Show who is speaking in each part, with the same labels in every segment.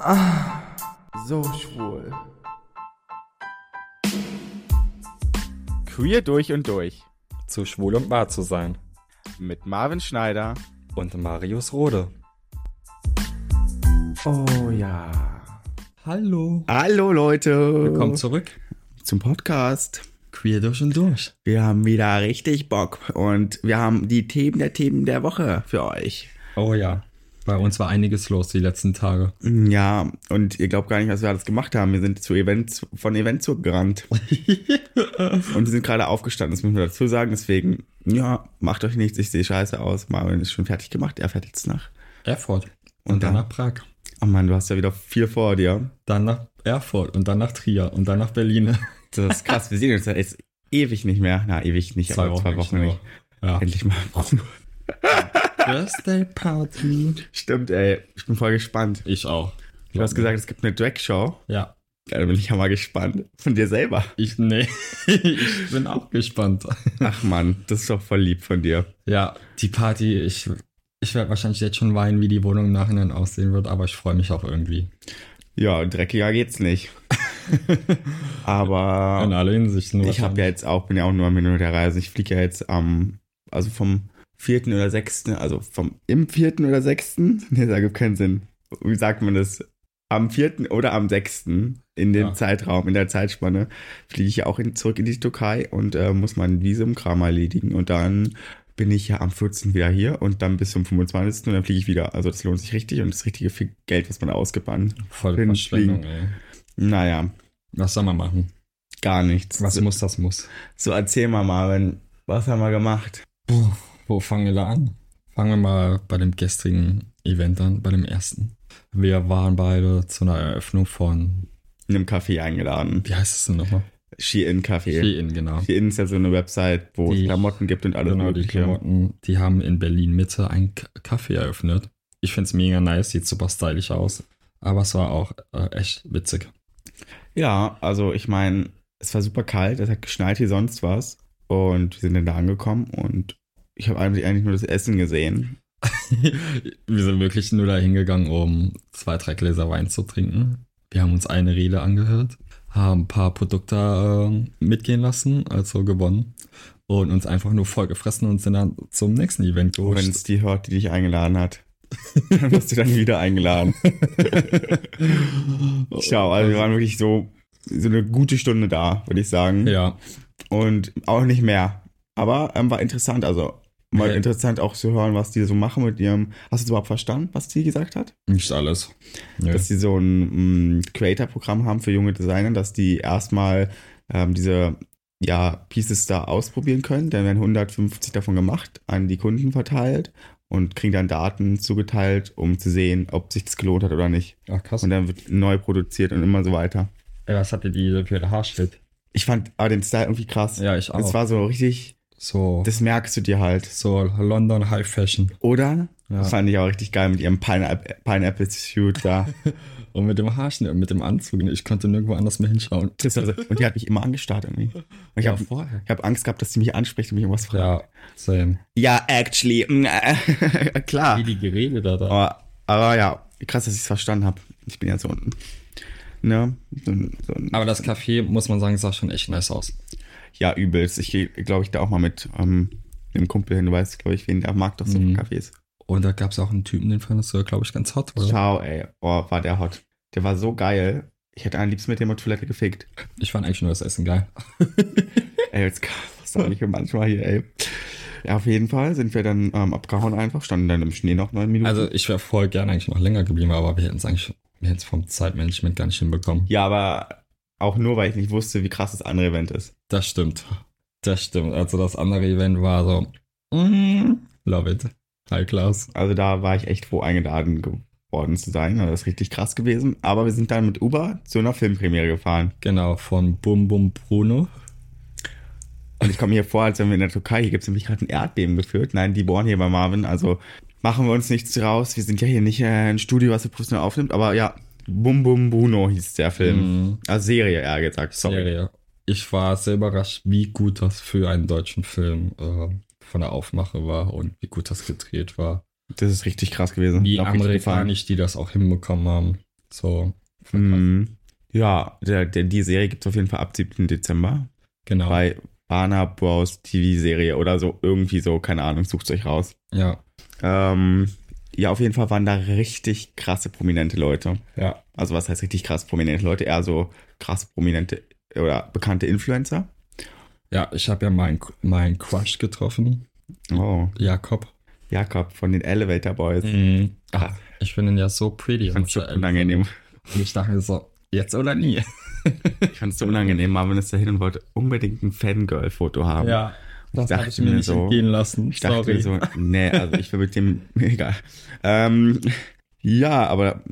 Speaker 1: Ah, so schwul.
Speaker 2: Queer durch und durch.
Speaker 3: Zu schwul und wahr zu sein.
Speaker 2: Mit Marvin Schneider.
Speaker 3: Und Marius Rode.
Speaker 1: Oh ja.
Speaker 3: Hallo.
Speaker 1: Hallo Leute.
Speaker 3: Willkommen zurück.
Speaker 1: Zum Podcast.
Speaker 3: Queer durch und durch.
Speaker 1: Wir haben wieder richtig Bock und wir haben die Themen der Themen der Woche für euch.
Speaker 3: Oh ja. Bei uns war einiges los die letzten Tage.
Speaker 1: Ja, und ihr glaubt gar nicht, was wir alles gemacht haben. Wir sind zu Events, von Event zu gerannt. und wir sind gerade aufgestanden, das müssen wir dazu sagen. Deswegen, ja, macht euch nichts, ich sehe scheiße aus. Marvin ist schon fertig gemacht, er fertigt es nach.
Speaker 3: Erfurt. Und,
Speaker 1: Und
Speaker 3: dann
Speaker 1: dann?
Speaker 3: nach Prag.
Speaker 1: Oh Mann, du hast ja wieder viel vor dir.
Speaker 3: Dann nach Erfurt und dann nach Trier und dann nach Berlin.
Speaker 1: Das ist krass, wir sehen uns ja jetzt ewig nicht mehr. Na, ewig nicht, aber zwei Wochen
Speaker 3: nur.
Speaker 1: nicht.
Speaker 3: Ja.
Speaker 1: Endlich mal.
Speaker 3: Birthday Party.
Speaker 1: Stimmt, ey. Ich bin voll gespannt.
Speaker 3: Ich auch.
Speaker 1: Du hast gesagt, es gibt eine Drag-Show.
Speaker 3: Ja.
Speaker 1: Ja, da bin ich ja mal gespannt. Von dir selber.
Speaker 3: Ich, nee. ich bin auch gespannt.
Speaker 1: Ach Mann, das ist doch voll lieb von dir.
Speaker 3: Ja, die Party, ich, ich werde wahrscheinlich jetzt schon weinen, wie die Wohnung im Nachhinein aussehen wird, aber ich freue mich auch irgendwie.
Speaker 1: Ja, dreckiger geht's nicht.
Speaker 3: In
Speaker 1: Aber
Speaker 3: alle Hinsichten.
Speaker 1: ich habe ja jetzt auch, bin ja auch nur am Hin und der Reise. Ich fliege ja jetzt am, also vom 4. oder 6., also vom im 4. oder 6., ne, da gibt keinen Sinn. Wie sagt man das? Am 4. oder am 6. in den
Speaker 3: Ja.
Speaker 1: Zeitraum, in der Zeitspanne, fliege ich ja auch in, zurück in die Türkei und äh, muss mein Visumkram erledigen. Und dann bin ich ja am 14. wieder hier und dann bis zum 25. und dann fliege ich wieder. Also das lohnt sich richtig und das ist richtige viel Geld, was man da ausgebannt.
Speaker 3: Voll
Speaker 1: Hinfliegen.
Speaker 3: Verschwendung, ey.
Speaker 1: Naja,
Speaker 3: Was soll man machen?
Speaker 1: Gar nichts.
Speaker 3: Was
Speaker 1: so,
Speaker 3: muss, das muss.
Speaker 1: so erzähl mal, Marvin, was haben wir gemacht?
Speaker 3: Puh, wo fangen wir da an? Fangen wir mal bei dem gestrigen Event an, bei dem ersten. Wir waren beide zu einer Eröffnung von,
Speaker 1: In einem Café eingeladen.
Speaker 3: wie heißt es denn nochmal?
Speaker 1: Shein-Café.
Speaker 3: Shein, genau.
Speaker 1: Shein ist ja so eine Website, wo es
Speaker 3: Die-
Speaker 1: Klamotten gibt und alles
Speaker 3: Genau, die
Speaker 1: mögliche.
Speaker 3: Klamotten, die haben in Berlin Mitte einen K- Café eröffnet. Ich finde es mega nice, sieht super stylisch aus. Aber es war auch äh, echt witzig.
Speaker 1: Ja, also ich meine, es war super kalt, es hat geschneit wie sonst was. Und wir sind dann da angekommen und ich habe eigentlich eigentlich nur das Essen gesehen.
Speaker 3: Wir sind wirklich nur da hingegangen, um zwei, drei Gläser Wein zu trinken. Wir haben uns eine Rede angehört, haben ein paar Produkte ähm, mitgehen lassen, also gewonnen. Und uns einfach nur vollgefressen und sind dann zum nächsten Event
Speaker 1: Und wenn es
Speaker 3: gerutscht.
Speaker 1: die hört, die dich eingeladen hat, dann wirst du dann wieder eingeladen. Ciao, also wir waren wirklich so, so eine gute Stunde da, würde ich sagen.
Speaker 3: Ja,
Speaker 1: und auch nicht mehr. Aber ähm, war interessant, also mal
Speaker 3: Ja.
Speaker 1: interessant auch zu hören, was die so machen mit ihrem. Hast du es überhaupt verstanden, was die gesagt hat?
Speaker 3: nicht alles. Nö.
Speaker 1: Dass die so ein mm, Creator-Programm haben für junge Designer, dass die erstmal ähm, diese ja, Pieces da ausprobieren können. Dann werden 150 davon gemacht, an die Kunden verteilt und kriegen dann Daten zugeteilt, um zu sehen, ob sich das gelohnt hat oder nicht.
Speaker 3: Ach, krass.
Speaker 1: Und dann wird neu produziert und immer so weiter.
Speaker 3: Ey, was hatte die für einen Haarschnitt?
Speaker 1: Ich fand aber den Style irgendwie krass.
Speaker 3: Ja, ich auch.
Speaker 1: Es war so richtig,
Speaker 3: so,
Speaker 1: das merkst du dir halt.
Speaker 3: so London High Fashion.
Speaker 1: Oder?
Speaker 3: Ja.
Speaker 1: Das fand ich auch richtig geil mit ihrem Pineapple, Pineapple Suit da.
Speaker 3: Und mit dem Haarschnitt und mit dem Anzug. ne, Ich konnte nirgendwo anders mehr hinschauen.
Speaker 1: Das war so- und die hat mich immer angestarrt irgendwie. Und ich habe
Speaker 3: vorher.
Speaker 1: hab Angst gehabt, dass sie mich anspricht und mich irgendwas fragt.
Speaker 3: Ja, same.
Speaker 1: Ja, actually. mm, äh, Klar.
Speaker 3: die Gerede da da.
Speaker 1: Aber, aber ja, krass, dass ich es verstanden habe. Ich bin ja so unten. Ne? So, ein- so, ein-
Speaker 3: Aber das Café, muss man sagen, sah schon echt nice aus.
Speaker 1: ja, übelst. Ich gehe, glaube ich, da auch mal mit ähm, einem Kumpel hin. Du weißt, glaube ich, wen der mag doch so
Speaker 3: Mhm.
Speaker 1: Cafés.
Speaker 3: Und da gab es auch einen Typen, den fandest du, glaube ich, ganz hot, oder?
Speaker 1: Ciao, ey. Oh, war der hot. Der war so geil. Ich hätte am liebsten mit dem auf Toilette gefickt.
Speaker 3: Ich fand eigentlich nur das Essen geil.
Speaker 1: Ey, jetzt was sag ich manchmal hier, ey. Ja, auf jeden Fall sind wir dann ähm, abgehauen einfach, standen dann im Schnee noch neun Minuten.
Speaker 3: Also ich wäre voll gerne eigentlich noch länger geblieben, aber wir hätten es eigentlich wir hätten's vom Zeitmanagement gar nicht hinbekommen.
Speaker 1: ja, aber auch nur, weil ich nicht wusste, wie krass das andere Event ist.
Speaker 3: Das stimmt. Das stimmt. Also das andere Event war so, mm, love it. High class.
Speaker 1: Also da war ich echt froh, eingeladen geworden zu sein. Also Das ist richtig krass gewesen. Aber wir sind dann mit Uber zu einer Filmpremiere gefahren.
Speaker 3: Genau, von Bum Bum Bruno.
Speaker 1: Und ich komme mir hier vor, als wenn wir in der Türkei, hier gibt es nämlich gerade ein Erdbeben geführt. Nein, die bohren hier bei Marvin, also machen wir uns nichts draus. Wir sind ja hier nicht äh, ein Studio, was wir professionell aufnimmt, aber ja, Bum Bum Bruno hieß der Film.
Speaker 3: Mhm.
Speaker 1: Also Serie, eher gesagt, sorry.
Speaker 3: Serie. Ich war sehr überrascht, wie gut das für einen deutschen Film äh, von der Aufmache war und wie gut das gedreht war.
Speaker 1: Das ist richtig krass gewesen.
Speaker 3: Wie
Speaker 1: Hat mir auch richtig
Speaker 3: amerikanisch die das auch hinbekommen haben. So, Hm.
Speaker 1: Mhm. Ja, der, der, die Serie gibt es auf jeden Fall ab 7. Dezember
Speaker 3: genau.
Speaker 1: bei Warner Bros. TV-Serie oder so, irgendwie so, keine Ahnung, sucht euch raus.
Speaker 3: Ja.
Speaker 1: Ähm, ja, auf jeden Fall waren da richtig krasse prominente Leute.
Speaker 3: Ja.
Speaker 1: Also was heißt richtig krass prominente Leute? Eher so krass prominente oder bekannte Influencer.
Speaker 3: Ja, ich habe ja meinen mein Crush getroffen,
Speaker 1: Oh,
Speaker 3: Jakob.
Speaker 1: Jakob von den Elevator Boys.
Speaker 3: Mhm. Ah, ich finde ihn ja so pretty.
Speaker 1: Ich fand's so
Speaker 3: Und
Speaker 1: unangenehm.
Speaker 3: ich dachte mir so, jetzt oder nie.
Speaker 1: Ich fand's so unangenehm. Marvin ist da hin und wollte unbedingt ein Fangirl-Foto haben.
Speaker 3: das
Speaker 1: dachte
Speaker 3: habe ich mir
Speaker 1: mir
Speaker 3: nicht
Speaker 1: so-
Speaker 3: entgehen lassen.
Speaker 1: Ich dachte
Speaker 3: Sorry.
Speaker 1: mir so, nee, also ich will mit dem, egal. Ähm, ja, aber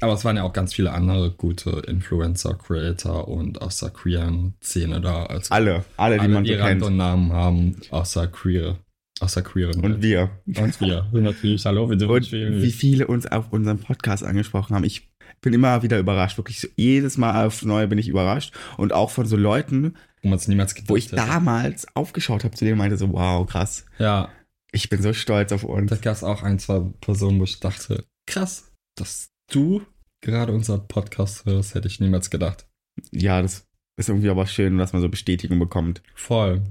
Speaker 3: Aber es waren ja auch ganz viele andere gute Influencer, Creator und aus der queeren Szene da. Also
Speaker 1: alle, alle, die
Speaker 3: alle,
Speaker 1: man so
Speaker 3: die Rand
Speaker 1: kennt. Und,
Speaker 3: und Namen haben, außer queer. Außer queeren. Welt.
Speaker 1: wir.
Speaker 3: und wir. Natürlich, hallo, wir
Speaker 1: Und wie viele uns auf unserem Podcast angesprochen haben. Ich bin immer wieder überrascht, wirklich so, jedes Mal aufs Neue bin ich überrascht. Und auch von so Leuten,
Speaker 3: Wo man es niemals gedacht
Speaker 1: wo ich
Speaker 3: hätte.
Speaker 1: damals aufgeschaut habe, zu denen meinte so, wow, krass.
Speaker 3: Ja,
Speaker 1: Ich bin so stolz auf uns.
Speaker 3: da gab es auch ein, zwei Personen, wo ich dachte, krass, dass du gerade unseren Podcast hörst, hätte ich niemals gedacht.
Speaker 1: Ja, das ist irgendwie aber schön, dass man so Bestätigung bekommt.
Speaker 3: Voll.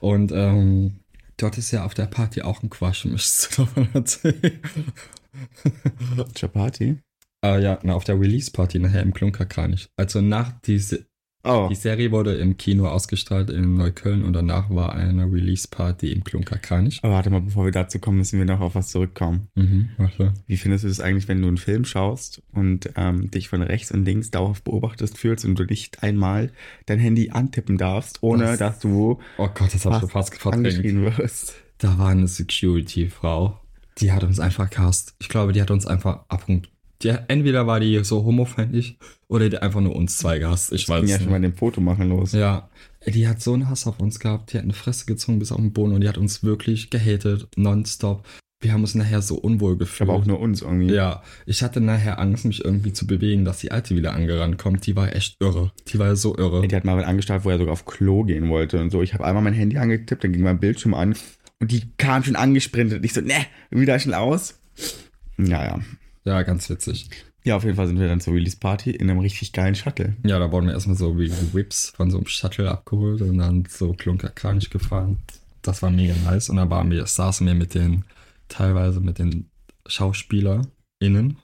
Speaker 3: Und ähm, dort ist ja auf der Party auch ein Quatsch, müsstest du davon erzählen.
Speaker 1: Chapati?
Speaker 3: Ah ja, na, auf der Release-Party nachher im Klunkerkranich. Also nach die, Se-
Speaker 1: Oh,
Speaker 3: die Serie wurde im Kino ausgestrahlt in Neukölln und danach war eine Release-Party im Klunkerkranich.
Speaker 1: aber Oh, warte mal, bevor wir dazu kommen, müssen wir noch auf was zurückkommen.
Speaker 3: Mhm, warte.
Speaker 1: Wie findest du das eigentlich, wenn du einen Film schaust und ähm, dich von rechts und links dauerhaft beobachtest fühlst und du nicht einmal dein Handy antippen darfst, ohne
Speaker 3: Das-
Speaker 1: dass du
Speaker 3: Oh Gott, das hab ich fast verdrängt.
Speaker 1: angeschrien wirst?
Speaker 3: Da war eine Security-Frau. Die hat uns einfach cast. Ich glaube, die hat uns einfach abhängt. Die, entweder war die so homofeindlich oder die einfach nur uns zwei gehasst. Ich weiß
Speaker 1: Ging ja
Speaker 3: es
Speaker 1: schon mal
Speaker 3: nicht.
Speaker 1: dem Foto machen los.
Speaker 3: Ja, die hat so einen Hass auf uns gehabt. Die hat eine Fresse gezogen bis auf den Boden und die hat uns wirklich gehatet, nonstop. Wir haben uns nachher so unwohl gefühlt.
Speaker 1: Aber auch nur uns irgendwie.
Speaker 3: Ja, ich hatte nachher Angst, mich irgendwie zu bewegen, dass die Alte wieder angerannt kommt. Die war echt irre. Die war so irre.
Speaker 1: Die hat mal angestarrt, wo er sogar auf Klo gehen wollte und so. Ich habe einmal mein Handy angetippt, dann ging mein Bildschirm an und die kam schon angesprintet. Ich so, ne, wieder schnell aus. Naja.
Speaker 3: Ja, ganz witzig.
Speaker 1: Ja, auf jeden Fall sind wir dann zur Release Party in einem richtig geilen Shuttle.
Speaker 3: Ja, da wurden wir erstmal so wie Whips von so einem Shuttle abgeholt und dann so klunkerkranich gefahren. Das war mega nice. Und da waren wir, saßen wir mit den, teilweise mit den SchauspielerInnen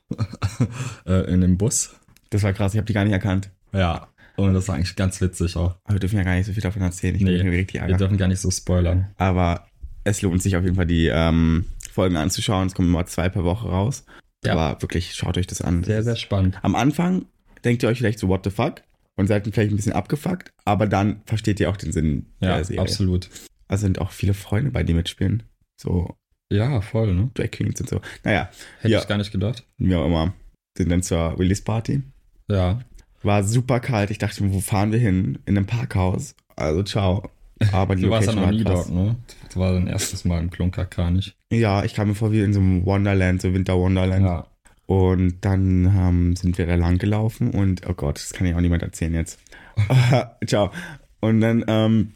Speaker 3: äh, in dem Bus.
Speaker 1: Das war krass, ich habe die gar nicht erkannt.
Speaker 3: Ja, und das war eigentlich ganz witzig auch.
Speaker 1: Aber wir dürfen ja gar nicht so viel davon erzählen. Ich
Speaker 3: Nee.
Speaker 1: bin mir richtig
Speaker 3: Wir
Speaker 1: ärger.
Speaker 3: dürfen gar nicht so spoilern.
Speaker 1: Aber es lohnt sich auf jeden Fall, die ähm, Folgen anzuschauen. Es kommen immer zwei per Woche raus.
Speaker 3: Ja.
Speaker 1: Aber wirklich, schaut euch das an.
Speaker 3: Sehr, sehr spannend.
Speaker 1: Am Anfang denkt ihr euch vielleicht so, what the fuck? Und seid vielleicht ein bisschen abgefuckt, aber dann versteht ihr auch den Sinn
Speaker 3: Ja,
Speaker 1: der Serie.
Speaker 3: absolut.
Speaker 1: Also sind auch viele Freunde bei, die mitspielen. So
Speaker 3: Ja, voll, ne?
Speaker 1: Drag Queens und so. Naja,
Speaker 3: Hätte
Speaker 1: Ja.
Speaker 3: ich gar nicht gedacht.
Speaker 1: wie auch immer. Sind dann zur Willis Party.
Speaker 3: Ja,
Speaker 1: War super kalt. Ich dachte mir, wo fahren wir hin? In einem Parkhaus. Also ciao. Aber die
Speaker 3: Du warst ja
Speaker 1: Location
Speaker 3: noch
Speaker 1: war
Speaker 3: nie
Speaker 1: krass.
Speaker 3: dort, ne? Das war dein erstes Mal im Klunkerkranich.
Speaker 1: Ja, ich kam mir vor wie in so einem Wonderland, so Winter Wonderland.
Speaker 3: Ja.
Speaker 1: Und dann ähm, sind wir da lang gelaufen und, oh Gott, das kann ja auch niemand erzählen jetzt. Ciao. Und dann ähm,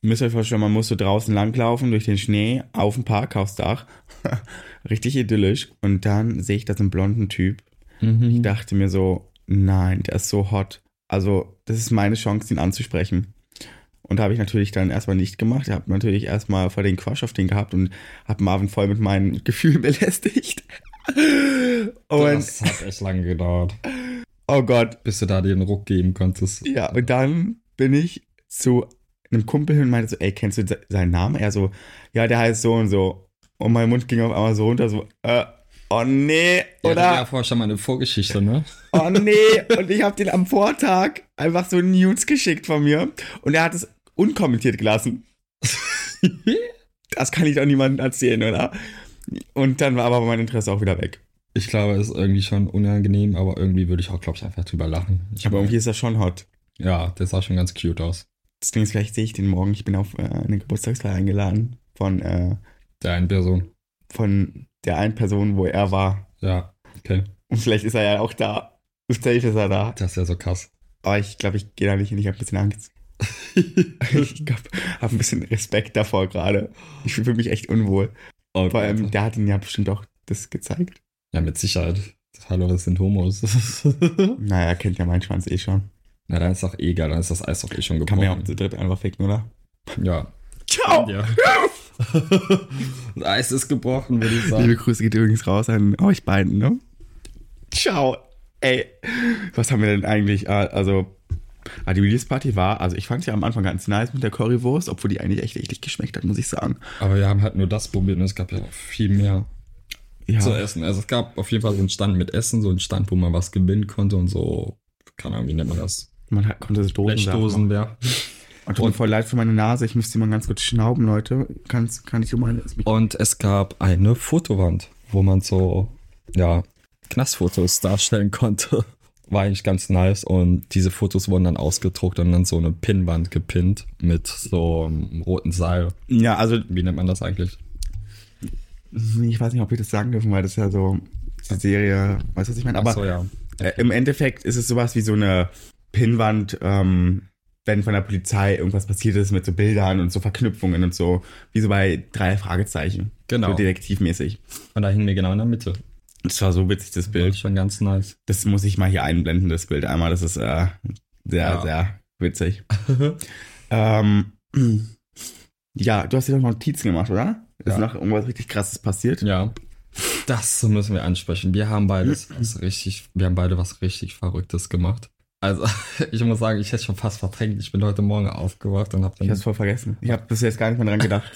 Speaker 1: müsst ihr euch vorstellen, man musste draußen langlaufen durch den Schnee auf dem Parkhausdach. Richtig idyllisch. Und dann sehe ich da so einen blonden Typ.
Speaker 3: Mhm.
Speaker 1: Ich dachte mir so, nein, der ist so hot. Also, das ist meine Chance, ihn anzusprechen. Und habe ich natürlich dann erstmal nicht gemacht. Ich habe natürlich erstmal voll den Quatsch auf den gehabt und habe Marvin voll mit meinen Gefühlen belästigt. Und
Speaker 3: das hat echt lange gedauert,
Speaker 1: Oh Gott.
Speaker 3: bis du da den Ruck geben konntest.
Speaker 1: Ja, und dann bin ich zu einem Kumpel hin und meinte so, ey, kennst du se- seinen Namen? Er so, ja, der heißt so und so. Und mein Mund ging auf einmal so runter, so, äh, oh nee,
Speaker 3: Ja,
Speaker 1: oder?
Speaker 3: das war ja vorher schon mal eine Vorgeschichte, ne?
Speaker 1: Oh nee, und ich habe den am Vortag einfach so News geschickt von mir und er hat es unkommentiert gelassen. Das kann ich doch niemandem erzählen, oder? Und dann war aber mein Interesse auch wieder weg.
Speaker 3: Ich glaube, es ist irgendwie schon unangenehm, aber irgendwie würde ich auch, glaube ich, einfach drüber lachen. Ich
Speaker 1: Aber irgendwie ist das schon hot.
Speaker 3: Ja, der sah schon ganz cute aus.
Speaker 1: Deswegen vielleicht sehe ich den morgen. Ich bin auf äh, eine Geburtstagsfeier eingeladen von, äh,
Speaker 3: Der eine Person.
Speaker 1: von der einen Person, wo er war.
Speaker 3: Ja, okay.
Speaker 1: Und vielleicht ist er ja auch da. Vielleicht ist er da.
Speaker 3: Das ist ja so krass.
Speaker 1: Aber ich glaube, ich gehe da nicht hin. Ich habe ein bisschen Angst. ich habe hab ein bisschen Respekt davor gerade. Ich fühle mich echt unwohl.
Speaker 3: Oh
Speaker 1: Vor allem,
Speaker 3: Gott.
Speaker 1: der hat ihn ja bestimmt auch das gezeigt.
Speaker 3: ja, mit Sicherheit. Hallo, das sind Homos.
Speaker 1: Naja, kennt ja meinen Schwanz eh schon.
Speaker 3: Na, dann ist doch eh egal, dann ist das Eis doch eh schon
Speaker 1: Kann
Speaker 3: gebrochen.
Speaker 1: man ja auch zu dritt einfach ficken, oder?
Speaker 3: ja.
Speaker 1: Ciao!
Speaker 3: ja. das Eis Oh. ist gebrochen, würde ich
Speaker 1: Liebe
Speaker 3: sagen.
Speaker 1: Grüße geht übrigens raus an euch beiden, ne? Ciao. Ey, was haben wir denn eigentlich? Ah, Also, ah, die Release Party war, also ich fand sie am Anfang ganz nice mit der Currywurst, obwohl die eigentlich echt richtig geschmeckt hat, muss ich sagen.
Speaker 3: Aber wir haben halt nur das probiert und es gab ja auch viel mehr
Speaker 1: Ja,
Speaker 3: zu essen. Also es gab auf jeden Fall so einen Stand mit Essen, so einen Stand, wo man was gewinnen konnte und so, keine Ahnung, wie nennt man das?
Speaker 1: man hat, konnte so Dosen.
Speaker 3: Blechdosen, ja.
Speaker 1: Und tut mir voll leid für meine Nase, ich müsste die mal ganz kurz schnauben, Leute. Kann's, kann ich um meine. ist mich-
Speaker 3: Und es gab eine Fotowand, wo man so, ja, Knastfotos darstellen konnte. War eigentlich ganz nice und diese Fotos wurden dann ausgedruckt und dann so eine Pinnwand gepinnt mit so einem roten Seil.
Speaker 1: Ja, also,
Speaker 3: Wie nennt man das eigentlich?
Speaker 1: ich weiß nicht, ob wir das sagen dürfen, weil das ja so die Serie, weißt du, was ich meine? Aber
Speaker 3: Ach so, ja.
Speaker 1: Äh, Im Endeffekt ist es sowas wie so eine Pinnwand, ähm, wenn von der Polizei irgendwas passiert ist mit so Bildern und so Verknüpfungen und so. Wie so bei drei Fragezeichen.
Speaker 3: Genau.
Speaker 1: So detektivmäßig.
Speaker 3: Und da hingen wir genau in der Mitte.
Speaker 1: Das war so witzig, das
Speaker 3: Bild
Speaker 1: Bild.
Speaker 3: schon ganz nice.
Speaker 1: Das muss ich mal hier einblenden, das Bild einmal. Das ist äh, sehr,
Speaker 3: Ja.
Speaker 1: sehr witzig. ähm, ja, du hast dir doch noch Notizen gemacht, oder? Ist
Speaker 3: Ja.
Speaker 1: noch irgendwas richtig krasses passiert?
Speaker 3: Ja. Das müssen wir ansprechen. Wir haben beides was richtig, wir haben beide was richtig Verrücktes gemacht. Also, ich muss sagen, ich hätte schon fast verdrängt. Ich bin heute Morgen aufgewacht und habe
Speaker 1: Ich
Speaker 3: dann
Speaker 1: hab's voll vergessen. Hm. Ich habe bis jetzt gar nicht mehr dran gedacht.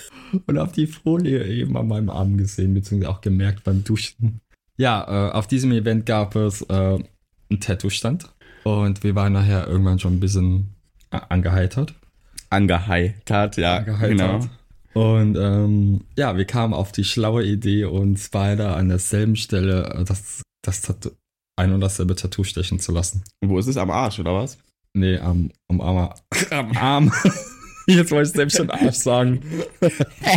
Speaker 3: und auf die Folie eben an meinem Arm gesehen, beziehungsweise auch gemerkt beim Duschen. Ja, äh, auf diesem Event gab es äh, einen Tattoo-Stand und wir waren nachher irgendwann schon ein bisschen äh, angeheitert.
Speaker 1: Angeheitert, ja. genau.
Speaker 3: angeheitert. Und ähm, ja, wir kamen auf die schlaue Idee, uns beide an derselben Stelle äh, das, das Tattoo, ein und dasselbe Tattoo stechen zu lassen.
Speaker 1: Und wo ist es? Am Arsch, oder was?
Speaker 3: Nee, am, am Arm. Am Arm. Jetzt wollte ich selbst schon Arsch sagen.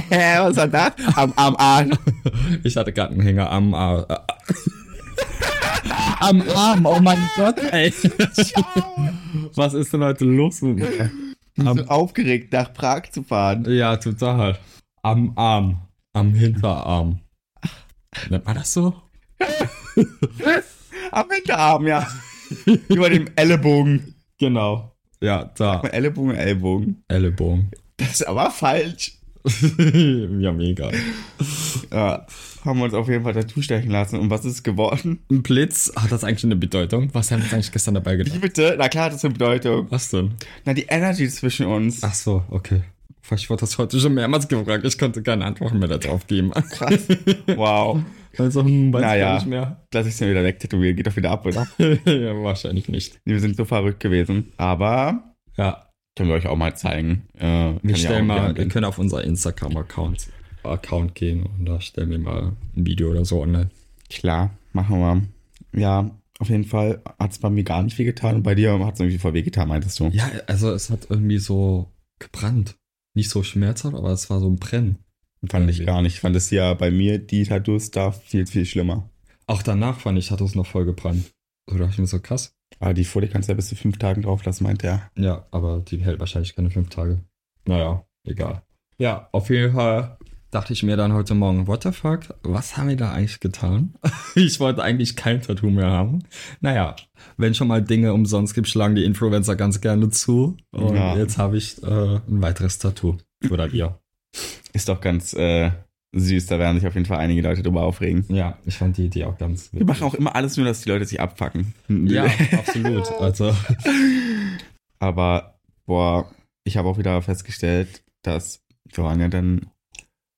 Speaker 1: Hä, was war das? Am, am Arsch.
Speaker 3: Ich hatte gerade einen Hänger am äh, Arm. Am Arm, oh mein Gott, ey. Was ist denn heute los mit mir?
Speaker 1: Ich bin aufgeregt, nach Prag zu fahren.
Speaker 3: Ja, total. Am Arm. Am Hinterarm. Nennt man das so?
Speaker 1: Am Hinterarm, ja. Über dem Ellenbogen.
Speaker 3: Genau. Ja, da.
Speaker 1: Mein Ellenbogen, Ellbogen.
Speaker 3: Ellenbogen.
Speaker 1: Das ist aber falsch.
Speaker 3: ja, mega.
Speaker 1: Ja, haben wir uns auf jeden Fall Tattoo stechen lassen. Und was ist geworden?
Speaker 3: Ein Blitz. Hat das eigentlich eine Bedeutung? Was haben wir uns eigentlich gestern dabei
Speaker 1: Wie
Speaker 3: gedacht?
Speaker 1: bitte? Na klar, hat das eine Bedeutung.
Speaker 3: Was denn?
Speaker 1: Na, die Energy zwischen uns.
Speaker 3: Ach so, okay. Ich wurde das heute schon mehrmals gefragt. Ich konnte keine Antworten mehr darauf geben.
Speaker 1: Krass. Wow.
Speaker 3: Also, hm, weiß ich
Speaker 1: Naja.
Speaker 3: gar nicht mehr.
Speaker 1: Lass ich's mir wieder wegtätowieren. Geht doch wieder ab, oder?
Speaker 3: ja, wahrscheinlich nicht.
Speaker 1: Wir sind so verrückt gewesen. Aber
Speaker 3: Ja,
Speaker 1: können wir euch auch mal zeigen. Äh, kann
Speaker 3: wir
Speaker 1: ja
Speaker 3: stellen
Speaker 1: auch
Speaker 3: mal,
Speaker 1: gerne-
Speaker 3: wir können auf unser Instagram-Account Account gehen und da stellen wir mal ein Video oder so online.
Speaker 1: Klar, machen wir. Ja, auf jeden Fall hat es bei mir gar nicht viel getan und bei dir hat es irgendwie voll weh getan, meintest du.
Speaker 3: Ja, also es hat irgendwie so gebrannt. Nicht so schmerzhaft, aber es war so ein Brennen.
Speaker 1: Fand ich gar nicht. Fand es ja bei mir, die Tattoos da, viel, viel schlimmer.
Speaker 3: Auch danach fand ich, hat es noch voll gebrannt. So dachte ich mir so krass.
Speaker 1: Aber die Folie kannst du ja bis zu fünf Tagen drauf lassen, meinte er.
Speaker 3: Ja, aber die hält wahrscheinlich keine fünf Tage. Naja, egal. Ja, auf jeden Fall dachte ich mir dann heute Morgen, what the fuck, was haben wir da eigentlich getan? Ich wollte eigentlich kein Tattoo mehr haben. Naja, wenn schon mal Dinge umsonst gibt, schlagen die Influencer ganz gerne zu. Und
Speaker 1: Ja.
Speaker 3: jetzt habe ich äh, ein weiteres Tattoo. Oder ihr.
Speaker 1: Ist doch ganz äh, süß, da werden sich auf jeden Fall einige Leute drüber aufregen.
Speaker 3: Ja, ich fand die Idee auch ganz
Speaker 1: Wir machen auch immer alles nur, dass die Leute sich abfacken.
Speaker 3: Ja, absolut. Also,
Speaker 1: Aber, boah, ich habe auch wieder festgestellt, dass wir waren ja dann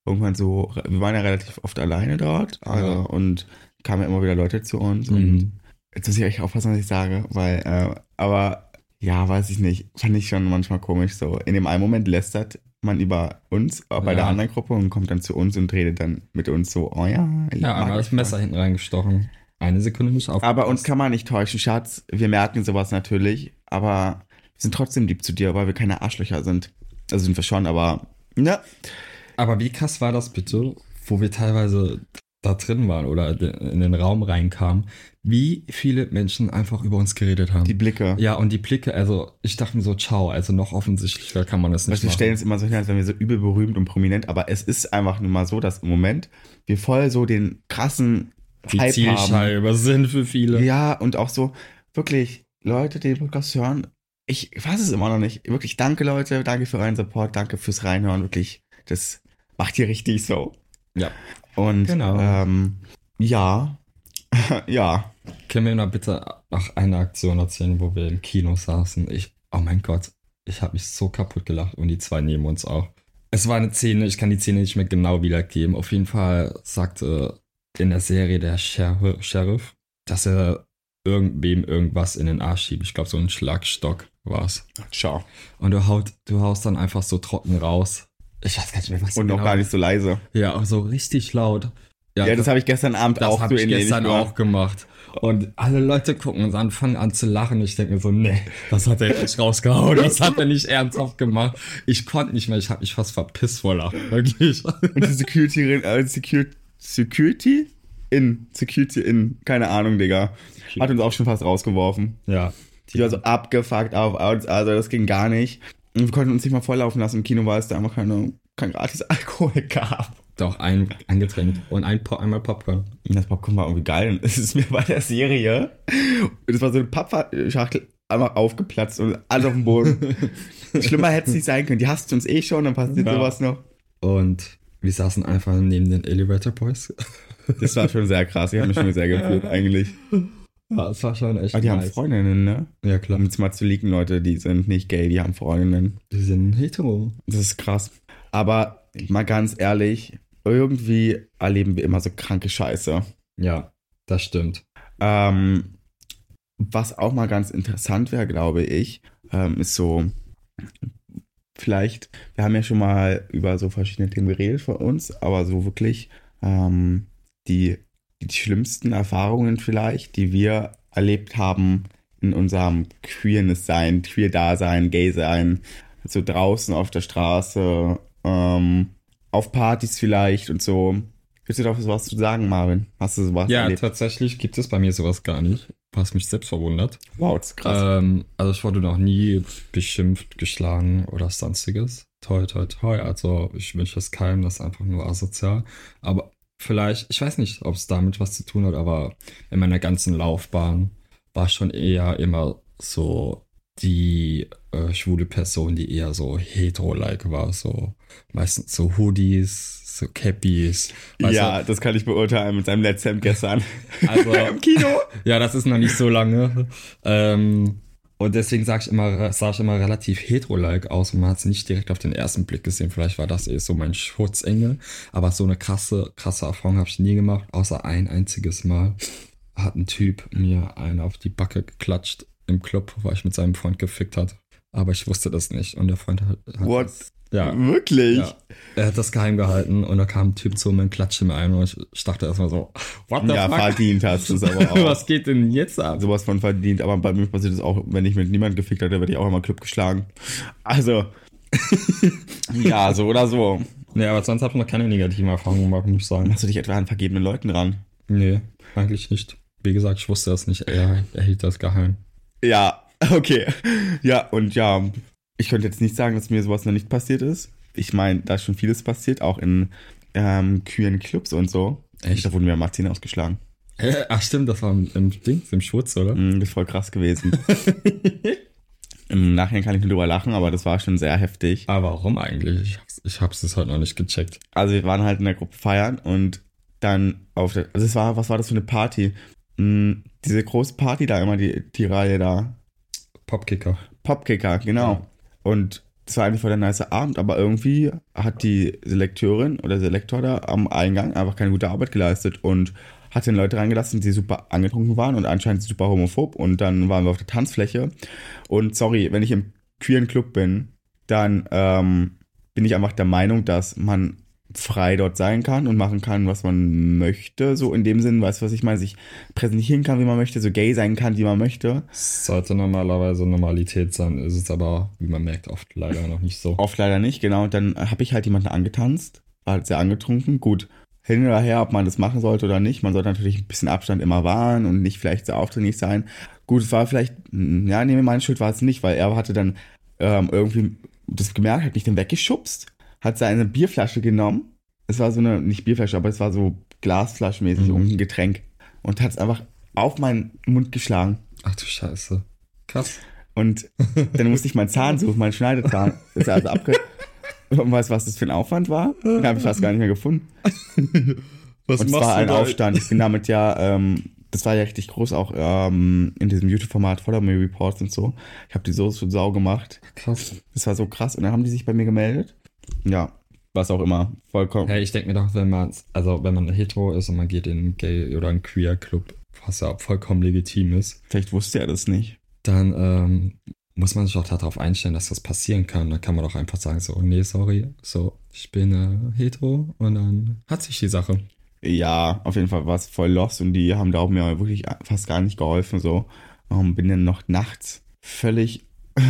Speaker 1: irgendwann so, wir waren ja relativ oft alleine dort also,
Speaker 3: Ja.
Speaker 1: und kamen ja immer wieder Leute zu uns und
Speaker 3: mhm.
Speaker 1: Jetzt muss ich echt aufpassen, was ich sage, weil, äh, aber ja, weiß ich nicht. Fand ich schon manchmal komisch so. In dem einen Moment lästert man über uns äh, bei
Speaker 3: Ja.
Speaker 1: der anderen Gruppe und kommt dann zu uns und redet dann mit uns so, oh ja, ich
Speaker 3: ja,
Speaker 1: mag
Speaker 3: einmal
Speaker 1: euch
Speaker 3: das Messer
Speaker 1: voll.
Speaker 3: hinten reingestochen. Eine Sekunde nicht auf.
Speaker 1: Aber uns kann man nicht täuschen, Schatz. Wir merken sowas natürlich, aber wir sind trotzdem lieb zu dir, weil wir keine Arschlöcher sind. Also sind wir schon, aber ne?
Speaker 3: Aber wie krass war das bitte, wo wir teilweise da drin waren oder de- in den Raum reinkamen, wie viele Menschen einfach über uns geredet haben.
Speaker 1: Die Blicke.
Speaker 3: ja, und die Blicke, also ich dachte mir so, ciao, also noch offensichtlicher kann man das nicht
Speaker 1: Weißt, du, wir
Speaker 3: machen.
Speaker 1: stellen es immer so hin, als wären wir so übel berühmt und prominent, aber es ist einfach nur mal so, dass im Moment wir voll so den krassen
Speaker 3: die
Speaker 1: Hype haben.
Speaker 3: Zielscheibe sind für viele.
Speaker 1: Ja, und auch so, wirklich, Leute, die den Podcast hören, ich fasse es immer noch nicht. Wirklich, danke, Leute, danke für euren Support, danke fürs Reinhören, wirklich. Das macht ihr richtig so.
Speaker 3: Ja.
Speaker 1: Und
Speaker 3: Genau.
Speaker 1: ähm, ja, ja,
Speaker 3: Können wir mal bitte noch eine Aktion erzählen, wo wir im Kino saßen? Ich, oh mein Gott, ich habe mich so kaputt gelacht und die zwei neben uns auch. Es war eine Szene, ich kann die Szene nicht mehr genau wiedergeben. Auf jeden Fall sagte in der Serie der Sher- Sheriff, dass er irgendwem irgendwas in den Arsch schiebt. Ich glaube, so ein Schlagstock war es.
Speaker 1: ciao.
Speaker 3: Und du, haut, du haust dann einfach so trocken raus. Ich weiß gar nicht mehr, was
Speaker 1: Und noch
Speaker 3: genau-
Speaker 1: gar nicht so leise.
Speaker 3: Ja, aber so richtig laut.
Speaker 1: Ja, das, habe ich gestern Abend
Speaker 3: das
Speaker 1: auch
Speaker 3: hab
Speaker 1: so
Speaker 3: ich
Speaker 1: ähnlich
Speaker 3: gestern
Speaker 1: gemacht.
Speaker 3: auch gemacht. Und alle Leute gucken und dann fangen an zu lachen. Ich denke mir so, nee, das hat er nicht rausgehauen. Das hat er nicht ernsthaft gemacht. Ich konnte nicht mehr. Ich habe mich fast verpisst vor Lachen. Wirklich.
Speaker 1: Und die Security, äh, Security, Security in, Security in, keine Ahnung, Digga. Hat uns auch schon fast rausgeworfen.
Speaker 3: Ja.
Speaker 1: Die war so abgefuckt auf uns, also das ging gar nicht. Und wir konnten uns nicht mal volllaufen lassen. Im Kino war es da einfach keine, kein gratis Alkohol gab.
Speaker 3: Doch, ein, ein Getränk und ein, Po- einmal Popcorn.
Speaker 1: Und das Popcorn war irgendwie geil. Und es ist mir bei der Serie, das war so eine Pappschachtel, einmal aufgeplatzt und alles auf dem Boden. Schlimmer hätte es nicht sein können. Die hasst uns eh schon, dann passiert
Speaker 3: Ja.
Speaker 1: sowas noch.
Speaker 3: Und wir saßen einfach neben den Elevator Boys.
Speaker 1: Das war schon sehr krass. Ich habe mich schon sehr gefühlt eigentlich.
Speaker 3: Ja, es war schon echt
Speaker 1: Aber die haben
Speaker 3: nice.
Speaker 1: Freundinnen, ne?
Speaker 3: Ja, klar.
Speaker 1: Um jetzt mal zu leaken, Leute, die sind nicht gay, die haben Freundinnen.
Speaker 3: Die sind hetero.
Speaker 1: Das ist krass. Aber mal ganz ehrlich, irgendwie erleben wir immer so kranke Scheiße.
Speaker 3: Ja, das stimmt.
Speaker 1: Ähm, was auch mal ganz interessant wäre, glaube ich, ähm, ist so, vielleicht, wir haben ja schon mal über so verschiedene Themen geredet von uns, aber so wirklich ähm, die, die schlimmsten Erfahrungen vielleicht, die wir erlebt haben in unserem Queerness-Sein, Queer-Dasein, Gay-Sein, so draußen auf der Straße, ähm, auf Partys vielleicht und so. Willst du da was zu sagen, Marvin? Hast du sowas
Speaker 3: Ja,
Speaker 1: erlebt?
Speaker 3: tatsächlich gibt es bei mir sowas gar nicht, was mich selbst verwundert.
Speaker 1: Wow, das ist krass.
Speaker 3: Ähm, also ich wurde noch nie beschimpft, geschlagen oder sonstiges. Toi, toi, toi. Also ich wünsche das keinem, das ist einfach nur asozial. Aber vielleicht, ich weiß nicht, ob es damit was zu tun hat, aber in meiner ganzen Laufbahn war schon eher immer so die äh, schwule Person, die eher so hetero-like war. So meistens so Hoodies, so Cappies. weißt
Speaker 1: ja, das kann ich beurteilen mit seinem Let's Hemd gestern.
Speaker 3: du? also
Speaker 1: Im Kino.
Speaker 3: ja, das ist noch nicht so lange. ähm, und deswegen sag ich immer, sah ich immer relativ hetero-like aus und man hat es nicht direkt auf den ersten Blick gesehen. Vielleicht war das eh so mein Schutzengel. Aber so eine krasse, krasse Erfahrung habe ich nie gemacht, außer ein einziges Mal hat ein Typ mir einen auf die Backe geklatscht im Club, weil ich mit seinem Freund gefickt hat. Aber ich wusste das nicht. Und der Freund hat. hat
Speaker 1: What?
Speaker 3: das- Ja.
Speaker 1: Wirklich?
Speaker 3: Ja. Er hat das geheim gehalten und da kam ein Typ zu mir und klatschte mir ein und ich, ich dachte erstmal so, what the
Speaker 1: Ja,
Speaker 3: fuck?
Speaker 1: verdient hast du es aber auch.
Speaker 3: Was geht denn jetzt ab?
Speaker 1: Sowas von verdient, aber bei mir passiert es auch, wenn ich mit niemandem gefickt hätte, werde ich auch immer Club geschlagen. Also, ja, so oder so.
Speaker 3: Nee, aber sonst habe ich noch keine negativen Erfahrungen gemacht, muss ich sagen.
Speaker 1: Machst du dich etwa an vergebenen Leuten ran?
Speaker 3: Nee, eigentlich nicht. Wie gesagt, ich wusste das nicht. Er, er hielt das geheim.
Speaker 1: Ja, okay. Ja, und ja, ich könnte jetzt nicht sagen, dass mir sowas noch nicht passiert ist. Ich meine, da ist schon vieles passiert, auch in ähm, queeren Clubs und so.
Speaker 3: Echt?
Speaker 1: Da wurden wir Martin ausgeschlagen.
Speaker 3: Hä? Ach stimmt, das war im, im Dings, im Schwurz, oder?
Speaker 1: Mm, Das ist voll krass gewesen. Im Nachhinein kann ich nur drüber lachen, aber das war schon sehr heftig.
Speaker 3: Aber Ah, warum eigentlich? Ich hab's, ich hab's bis heute noch nicht gecheckt.
Speaker 1: Also wir waren halt in der Gruppe feiern und dann auf der, also es war, was war das für eine Party? Mm, diese große Party da immer, die, die Reihe da.
Speaker 3: Popkicker.
Speaker 1: Popkicker, genau. Und es war eigentlich voll der nice Abend, aber irgendwie hat die Selekteurin oder Selektor da am Eingang einfach keine gute Arbeit geleistet und hat den Leute reingelassen, die super angetrunken waren und anscheinend super homophob. Und dann waren wir auf der Tanzfläche. Und sorry, wenn ich im queeren Club bin, dann ähm, bin ich einfach der Meinung, dass man frei dort sein kann und machen kann, was man möchte. So in dem Sinn, weißt du, was ich meine? Sich präsentieren kann, wie man möchte, so gay sein kann, wie man möchte.
Speaker 3: Sollte normalerweise Normalität sein, ist es aber, wie man merkt, oft leider noch nicht so.
Speaker 1: Oft leider nicht, genau. Und dann habe ich halt jemanden angetanzt, war halt sehr angetrunken. Gut, hin oder her, ob man das machen sollte oder nicht. Man sollte natürlich ein bisschen Abstand immer wahren und nicht vielleicht so aufdringlich sein. Gut, es war vielleicht, mm, ja, nee, meine Schuld war es nicht, weil er hatte dann ähm, irgendwie das gemerkt, hat mich dann weggeschubst, hat seine Bierflasche genommen. Es war so eine, nicht Bierflasche, aber es war so glasflaschenmäßig,
Speaker 3: Mhm.
Speaker 1: irgendein Getränk. und hat es einfach auf meinen Mund geschlagen.
Speaker 3: Ach du Scheiße. Krass.
Speaker 1: Und dann musste ich meinen Zahn suchen, meinen Schneidezahn. Ist er also abge. Und weißt du, was das für ein Aufwand war? Den habe ich fast gar nicht mehr gefunden.
Speaker 3: Was
Speaker 1: Und es war ein Aufstand. Ich bin damit ja, ähm, das war ja richtig groß, auch ähm, in diesem YouTube-Format Follow Me Reports und so. Ich habe die so so sau gemacht.
Speaker 3: Krass.
Speaker 1: Das war so krass. Und dann haben die sich bei mir gemeldet. Ja, was auch immer. Vollkommen.
Speaker 3: Hey, ich denke mir doch, wenn man, also wenn man hetero ist und man geht in einen Gay- oder einen Queer-Club, was ja vollkommen legitim ist,
Speaker 1: Vielleicht wusste er das nicht.
Speaker 3: dann ähm, muss man sich doch darauf einstellen, dass das passieren kann. Dann kann man doch einfach sagen, so, nee, sorry, so, ich bin äh, hetero und dann hat sich die Sache.
Speaker 1: Ja, auf jeden Fall war es voll lost und die haben da auch mir wirklich fast gar nicht geholfen. So ähm, bin dann noch nachts völlig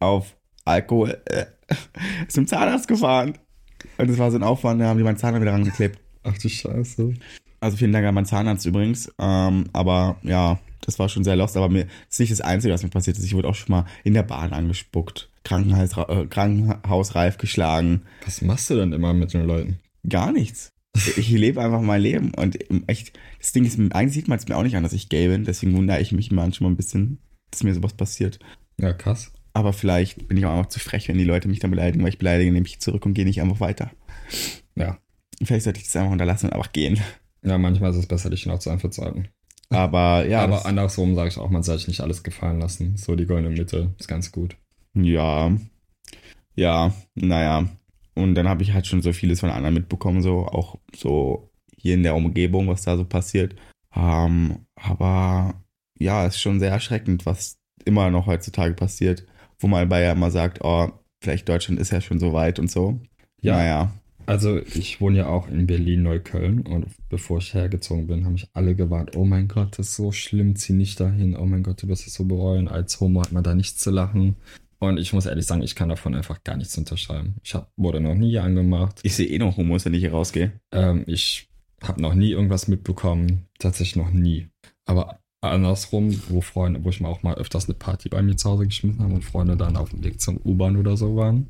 Speaker 1: auf Alkohol äh, zum Zahnarzt gefahren. Und das war so ein Aufwand, da haben die meinen Zahnarzt wieder rangeklebt.
Speaker 3: Ach du Scheiße.
Speaker 1: Also vielen Dank an meinen Zahnarzt übrigens. Ähm, aber ja, das war schon sehr lost. Aber mir das ist nicht das Einzige, was mir passiert ist. Ich wurde auch schon mal in der Bahn angespuckt, Krankenhaus, äh, krankenhausreif geschlagen.
Speaker 3: Was machst du denn immer mit den Leuten?
Speaker 1: Gar nichts. Ich lebe einfach mein Leben. Und im echt, das Ding ist, eigentlich sieht man es mir auch nicht an, dass ich gay bin. Deswegen wundere ich mich manchmal ein bisschen, dass mir sowas passiert.
Speaker 3: Ja, krass.
Speaker 1: Aber vielleicht bin ich auch einfach zu frech, wenn die Leute mich dann beleidigen, weil ich beleidige, nehme ich zurück und gehe nicht einfach weiter.
Speaker 3: Ja.
Speaker 1: Vielleicht sollte ich das einfach unterlassen und einfach gehen.
Speaker 3: Ja, manchmal ist es besser, die Schnauze einfach zu halten.
Speaker 1: Aber ja,
Speaker 3: Aber
Speaker 1: das-
Speaker 3: andersrum sage ich auch, man soll sich nicht alles gefallen lassen. So die goldene Mitte ist ganz gut.
Speaker 1: Ja, ja, naja. Und dann habe ich halt schon so vieles von anderen mitbekommen, so auch so hier in der Umgebung, was da so passiert. Ähm, aber ja, ist schon sehr erschreckend, was immer noch heutzutage passiert, wo man bei ja immer sagt, oh, vielleicht Deutschland ist ja schon so weit und so. Naja,
Speaker 3: Also ich wohne ja auch in Berlin-Neukölln und bevor ich hergezogen bin, haben mich alle gewarnt, oh mein Gott, das ist so schlimm, zieh nicht dahin, oh mein Gott, du wirst es so bereuen, als Homo hat man da nichts zu lachen. Und ich muss ehrlich sagen, ich kann davon einfach gar nichts unterschreiben. Ich hab, wurde noch nie angemacht,
Speaker 1: ich sehe eh noch Humor, wenn ich hier rausgehe.
Speaker 3: ähm, ich habe noch nie irgendwas mitbekommen, tatsächlich noch nie. Aber andersrum, wo Freunde, wo ich mal auch mal öfters eine Party bei mir zu Hause geschmissen habe und Freunde dann auf dem Weg zum U-Bahn oder so waren,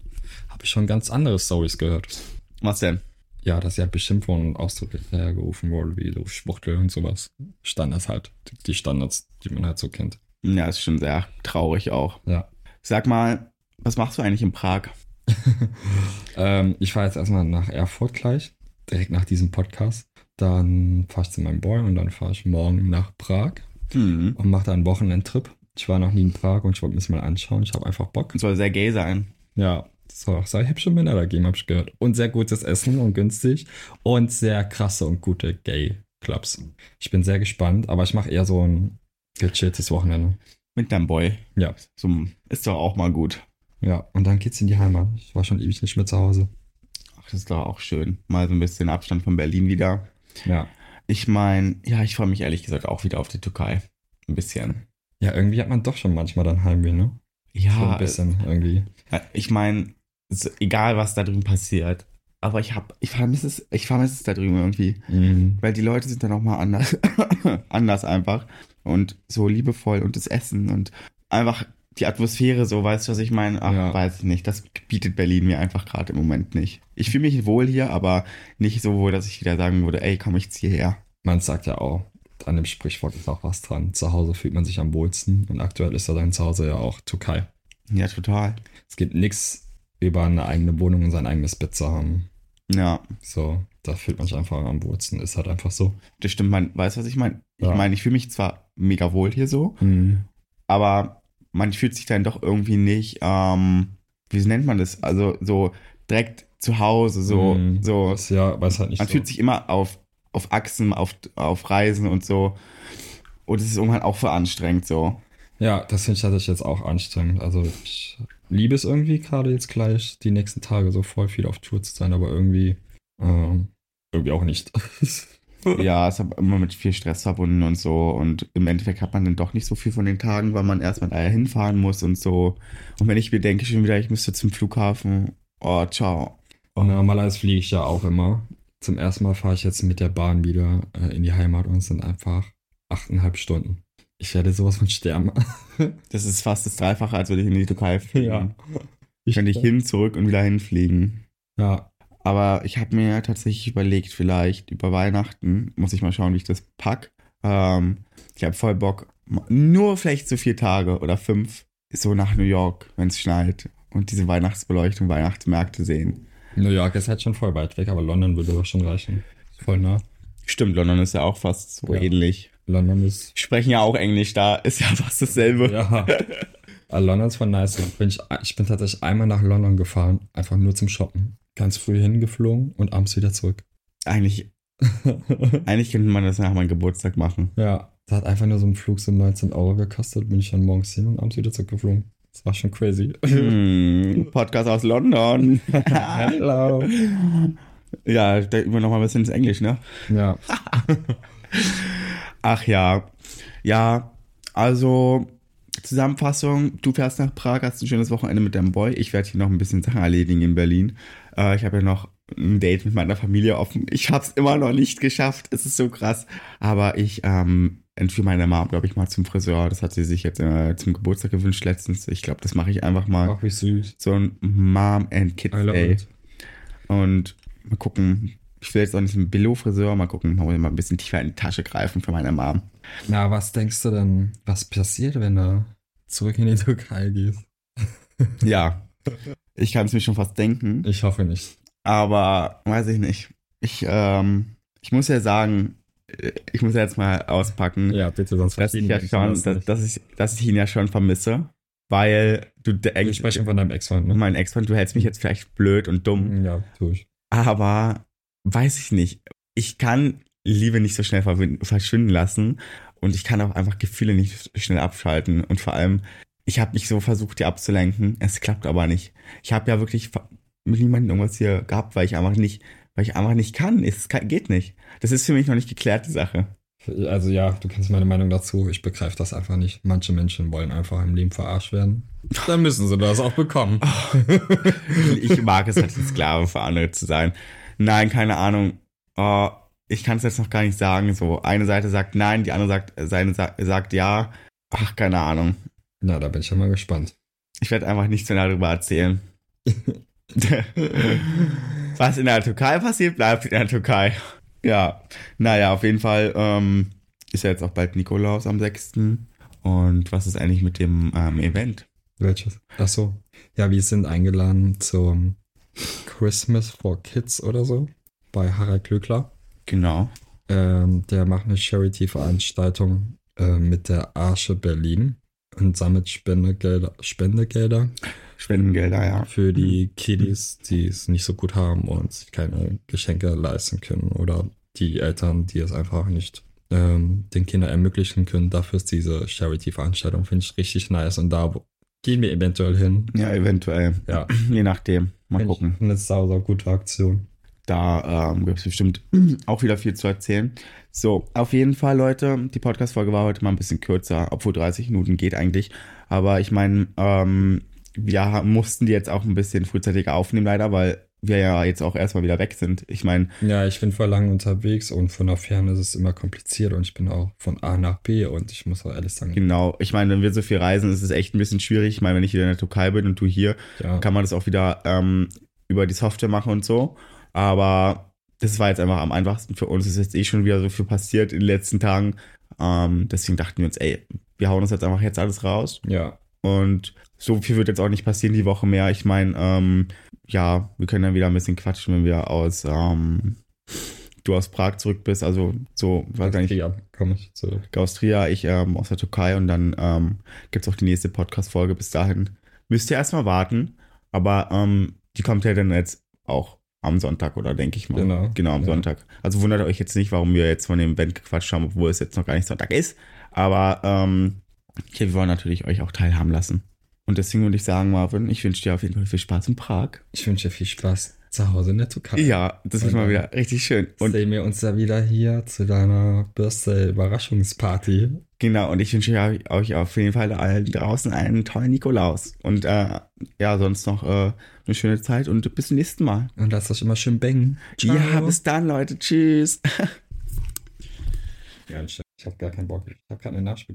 Speaker 3: habe ich schon ganz andere Stories gehört.
Speaker 1: Was denn?
Speaker 3: Ja, dass sie halt beschimpft wurden und ausdrücklich hergerufen wurde, wie du Schwuchtel und sowas. Standards halt. Die Standards, die man halt so kennt.
Speaker 1: Ja, ist schon sehr traurig auch.
Speaker 3: Ja.
Speaker 1: Sag mal, was machst du eigentlich in Prag?
Speaker 3: Ähm, ich fahre jetzt erstmal nach Erfurt gleich, direkt nach diesem Podcast. Dann fahre ich zu meinem Boy und dann fahre ich morgen nach Prag
Speaker 1: Hm.
Speaker 3: und mache da einen Wochenendtrip. Ich war noch nie in Prag und ich wollte mir das mal anschauen. Ich habe einfach Bock.
Speaker 1: Soll sehr gay sein.
Speaker 3: Ja, es soll auch sehr hübsche Männer da geben, habe ich gehört. Und sehr gutes Essen und günstig. Und sehr krasse und gute Gay-Clubs. Ich bin sehr gespannt, aber ich mache eher so ein gechilltes Wochenende.
Speaker 1: Mit deinem Boy.
Speaker 3: Ja.
Speaker 1: So, ist doch auch mal gut.
Speaker 3: Ja, und dann geht's in die Heimat. Ich war schon ewig nicht mehr zu Hause.
Speaker 1: Ach, das ist doch auch schön. Mal so ein bisschen Abstand von Berlin wieder.
Speaker 3: Ja.
Speaker 1: Ich meine, ja, ich freue mich ehrlich gesagt auch wieder auf die Türkei. Ein bisschen.
Speaker 3: Ja, irgendwie hat man doch schon manchmal dann Heimweh, ne? so ein
Speaker 1: Ja,
Speaker 3: bisschen irgendwie.
Speaker 1: äh, ich meine, so, egal was da drüben passiert. Aber ich hab, ich vermisse es, ich vermisse es da drüben irgendwie.
Speaker 3: Mhm.
Speaker 1: Weil die Leute sind dann auch mal anders. anders einfach. Und so liebevoll und das Essen und einfach die Atmosphäre so, weißt du, was ich meine? Ach,
Speaker 3: Ja.
Speaker 1: weiß ich nicht. Das bietet Berlin mir einfach gerade im Moment nicht. Ich fühle mich wohl hier, aber nicht so wohl, dass ich wieder sagen würde, ey, komm, ich ziehe her.
Speaker 3: Man sagt ja auch, an dem Sprichwort ist auch was dran. Zu Hause fühlt man sich am wohlsten und aktuell ist da dein Zuhause ja auch Türkei.
Speaker 1: Ja, total.
Speaker 3: Es gibt nichts über eine eigene Wohnung und sein eigenes Bett zu haben.
Speaker 1: Ja,
Speaker 3: So, da fühlt man sich einfach am wohlsten. Ist halt einfach so.
Speaker 1: das stimmt. Man, weißt du, was ich meine?
Speaker 3: Ja.
Speaker 1: Ich meine, ich fühle mich zwar mega wohl hier so, aber man fühlt sich dann doch irgendwie nicht, ähm, wie nennt man das? Also so direkt zu Hause, so,
Speaker 3: Mhm.
Speaker 1: so.
Speaker 3: Was ja, weiß halt nicht
Speaker 1: Man
Speaker 3: so.
Speaker 1: fühlt sich immer auf, auf Achsen, auf, auf Reisen und so. Und es ist irgendwann auch für anstrengend so.
Speaker 3: Ja, das finde ich tatsächlich jetzt auch anstrengend. Also ich liebe es irgendwie gerade jetzt gleich, die nächsten Tage so voll viel auf Tour zu sein, aber irgendwie, ähm, irgendwie auch nicht.
Speaker 1: Ja, es ist immer mit viel Stress verbunden und so. Und im Endeffekt hat man dann doch nicht so viel von den Tagen, weil man erstmal da hinfahren muss und so. Und wenn ich mir denke, schon wieder, ich müsste zum Flughafen. Oh, ciao.
Speaker 3: Und normalerweise fliege ich ja auch immer. Zum ersten Mal fahre ich jetzt mit der Bahn wieder äh, in die Heimat und es sind einfach achteinhalb Stunden. Ich werde sowas von sterben.
Speaker 1: Das ist fast das Dreifache, als würde ich in die Türkei fliegen.
Speaker 3: Ich
Speaker 1: Könnte ich hin, zurück und wieder hinfliegen.
Speaker 3: Ja,
Speaker 1: Aber ich habe mir tatsächlich überlegt, vielleicht über Weihnachten, muss ich mal schauen, wie ich das pack, Ähm, ich habe voll Bock, nur vielleicht so vier Tage oder fünf, so nach New York, wenn es schneit und diese Weihnachtsbeleuchtung, Weihnachtsmärkte sehen.
Speaker 3: New York ist halt schon voll weit weg, aber London würde doch schon reichen. Voll nah.
Speaker 1: Stimmt, London ist ja auch fast so
Speaker 3: Ja.
Speaker 1: ähnlich.
Speaker 3: London ist.
Speaker 1: Sprechen ja auch Englisch, da ist ja fast dasselbe.
Speaker 3: Ja. Ah, London ist voll nice. Bin ich, ich bin tatsächlich einmal nach London gefahren, einfach nur zum Shoppen. Ganz früh hingeflogen und abends wieder zurück.
Speaker 1: Eigentlich, eigentlich könnte man das nach meinem Geburtstag machen.
Speaker 3: ja, da hat einfach nur so ein Flug so 19 Euro gekostet. Bin ich dann morgens hin und abends wieder zurückgeflogen. Das war schon crazy.
Speaker 1: Hm, Podcast aus London.
Speaker 3: Hello.
Speaker 1: Ja, da üben wir noch mal ein bisschen ins Englisch, ne?
Speaker 3: Ja.
Speaker 1: Ach ja. Ja, also Zusammenfassung, du fährst nach Prag, hast ein schönes Wochenende mit deinem Boy. Ich werde hier noch ein bisschen Sachen erledigen in Berlin. Äh, ich habe ja noch ein Date mit meiner Familie offen. Ich habe es immer noch nicht geschafft. Es ist so krass. Aber ich ähm, entführe meine Mom, glaube ich, mal zum Friseur. Das hat sie sich jetzt äh, zum Geburtstag gewünscht letztens. Ich glaube, das mache ich einfach mal.
Speaker 3: Ach, wie süß.
Speaker 1: So ein Mom and Kids
Speaker 3: I love
Speaker 1: Day.
Speaker 3: it.
Speaker 1: Und mal gucken. Ich will jetzt auch nicht einen Billo-Friseur, mal gucken, mal mal ein bisschen tiefer in die Tasche greifen für meine Mom.
Speaker 3: Na, was denkst du denn, was passiert, wenn du zurück in die Türkei gehst?
Speaker 1: Ja. Ich kann es mir schon fast denken.
Speaker 3: Ich hoffe nicht.
Speaker 1: Aber weiß ich nicht. Ich, ähm, ich muss ja sagen, äh, ich muss ja jetzt mal auspacken,
Speaker 3: Ja, bitte, sonst
Speaker 1: dass, ich ja schon, dass, dass, ich, dass ich ihn ja schon vermisse. Weil du
Speaker 3: Wir
Speaker 1: denkst,
Speaker 3: sprechen von deinem Ex-Freund, ne?
Speaker 1: mein Ex-Freund, du hältst mich jetzt vielleicht blöd und dumm.
Speaker 3: Ja, tue ich.
Speaker 1: Aber weiß ich nicht. Ich kann Liebe nicht so schnell verwin- verschwinden lassen und ich kann auch einfach Gefühle nicht schnell abschalten. Und vor allem, ich habe mich so versucht, die abzulenken. Es klappt aber nicht. Ich habe ja wirklich ver- mit niemandem irgendwas hier gehabt, weil ich einfach nicht, weil ich einfach nicht kann. Es ka- geht nicht. Das ist für mich noch nicht geklärt, die Sache.
Speaker 3: Also ja, du kennst meine Meinung dazu. Ich begreife das einfach nicht. Manche Menschen wollen einfach im Leben verarscht werden. Dann müssen sie das auch bekommen.
Speaker 1: Ich mag es als ein Sklave für andere zu sein. Nein, keine Ahnung. Äh, ich kann es jetzt noch gar nicht sagen. So, eine Seite sagt nein, die andere sagt, seine sa sagt ja. Ach, keine Ahnung.
Speaker 3: Na, da bin ich ja mal gespannt.
Speaker 1: Ich werde einfach nichts mehr darüber erzählen. Was in der Türkei passiert, bleibt in der Türkei. Ja, naja, auf jeden Fall ähm, ist ja jetzt auch bald Nikolaus am 6. Und was ist eigentlich mit dem ähm, Event?
Speaker 3: Welches? Ach so. Ja, wir sind eingeladen zum Christmas for Kids oder so bei Harald Glöckler.
Speaker 1: Genau.
Speaker 3: Ähm, der macht eine Charity-Veranstaltung äh, mit der Arche Berlin und sammelt Spendegelder, Spendegelder
Speaker 1: Spendengelder, ja.
Speaker 3: für die Kiddies, die es nicht so gut haben und sich keine Geschenke leisten können oder die Eltern, die es einfach nicht ähm, den Kindern ermöglichen können. Dafür ist diese Charity-Veranstaltung, finde ich richtig nice und da wo- gehen wir eventuell hin.
Speaker 1: Ja, eventuell.
Speaker 3: Ja,
Speaker 1: Je nachdem. Mal
Speaker 3: Find ich
Speaker 1: gucken.
Speaker 3: Eine sau, sau gute Aktion.
Speaker 1: Da ähm, gibt es bestimmt auch wieder viel zu erzählen. So, auf jeden Fall, Leute, die Podcast-Folge war heute mal ein bisschen kürzer, obwohl 30 Minuten geht eigentlich. Aber ich meine, ähm, wir ha- mussten die jetzt auch ein bisschen frühzeitiger aufnehmen, leider, weil wir ja jetzt auch erstmal wieder weg sind. Ich meine,
Speaker 3: Ja, ich bin voll lange unterwegs und von der Ferne ist es immer kompliziert und ich bin auch von A nach B und ich muss auch ehrlich sagen,
Speaker 1: genau, ich meine, wenn wir so viel reisen, ist es echt ein bisschen schwierig. Ich meine, wenn ich wieder in der Türkei bin und du hier,
Speaker 3: ja,
Speaker 1: kann man das auch wieder ähm, über die Software machen und so. Aber das war jetzt einfach am einfachsten für uns. Es ist jetzt eh schon wieder so viel passiert in den letzten Tagen. Ähm, deswegen dachten wir uns, ey, wir hauen uns jetzt einfach jetzt alles raus.
Speaker 3: ja,
Speaker 1: Und so viel wird jetzt auch nicht passieren die Woche mehr. Ich meine, ähm, ja, wir können dann wieder ein bisschen quatschen, wenn wir aus, ähm, du aus Prag zurück bist. Also so, weiß gar nicht,
Speaker 3: ja, komme ich zurück.
Speaker 1: Austria, ich ähm, aus der Türkei und dann ähm, gibt es auch die nächste Podcast-Folge. Bis dahin müsst ihr erstmal warten, aber ähm, die kommt ja dann jetzt auch am Sonntag, oder denke ich mal.
Speaker 3: Genau.
Speaker 1: Genau, am
Speaker 3: Ja.
Speaker 1: Sonntag. Also wundert euch jetzt nicht, warum wir jetzt von dem Event gequatscht haben, obwohl es jetzt noch gar nicht Sonntag ist. Aber ähm, okay, wir wollen natürlich euch auch teilhaben lassen. Und deswegen würde ich sagen, Marvin, ich wünsche dir auf jeden Fall viel Spaß in Prag.
Speaker 3: Ich wünsche dir viel Spaß zu Hause in der Türkei.
Speaker 1: Ja, das wird mal wieder richtig schön.
Speaker 3: Und
Speaker 1: Und
Speaker 3: sehen wir uns ja wieder hier zu deiner Birthday-Überraschungsparty.
Speaker 1: Genau, und ich wünsche ja euch auf jeden Fall allen draußen einen tollen Nikolaus. Und äh, ja, sonst noch äh, eine schöne Zeit und bis zum nächsten Mal.
Speaker 3: Und lasst euch immer schön bangen.
Speaker 1: Ja, bis dann, Leute. Tschüss.
Speaker 3: Ja, ich ich habe gar keinen Bock. Ich habe gerade eine Nachspiel.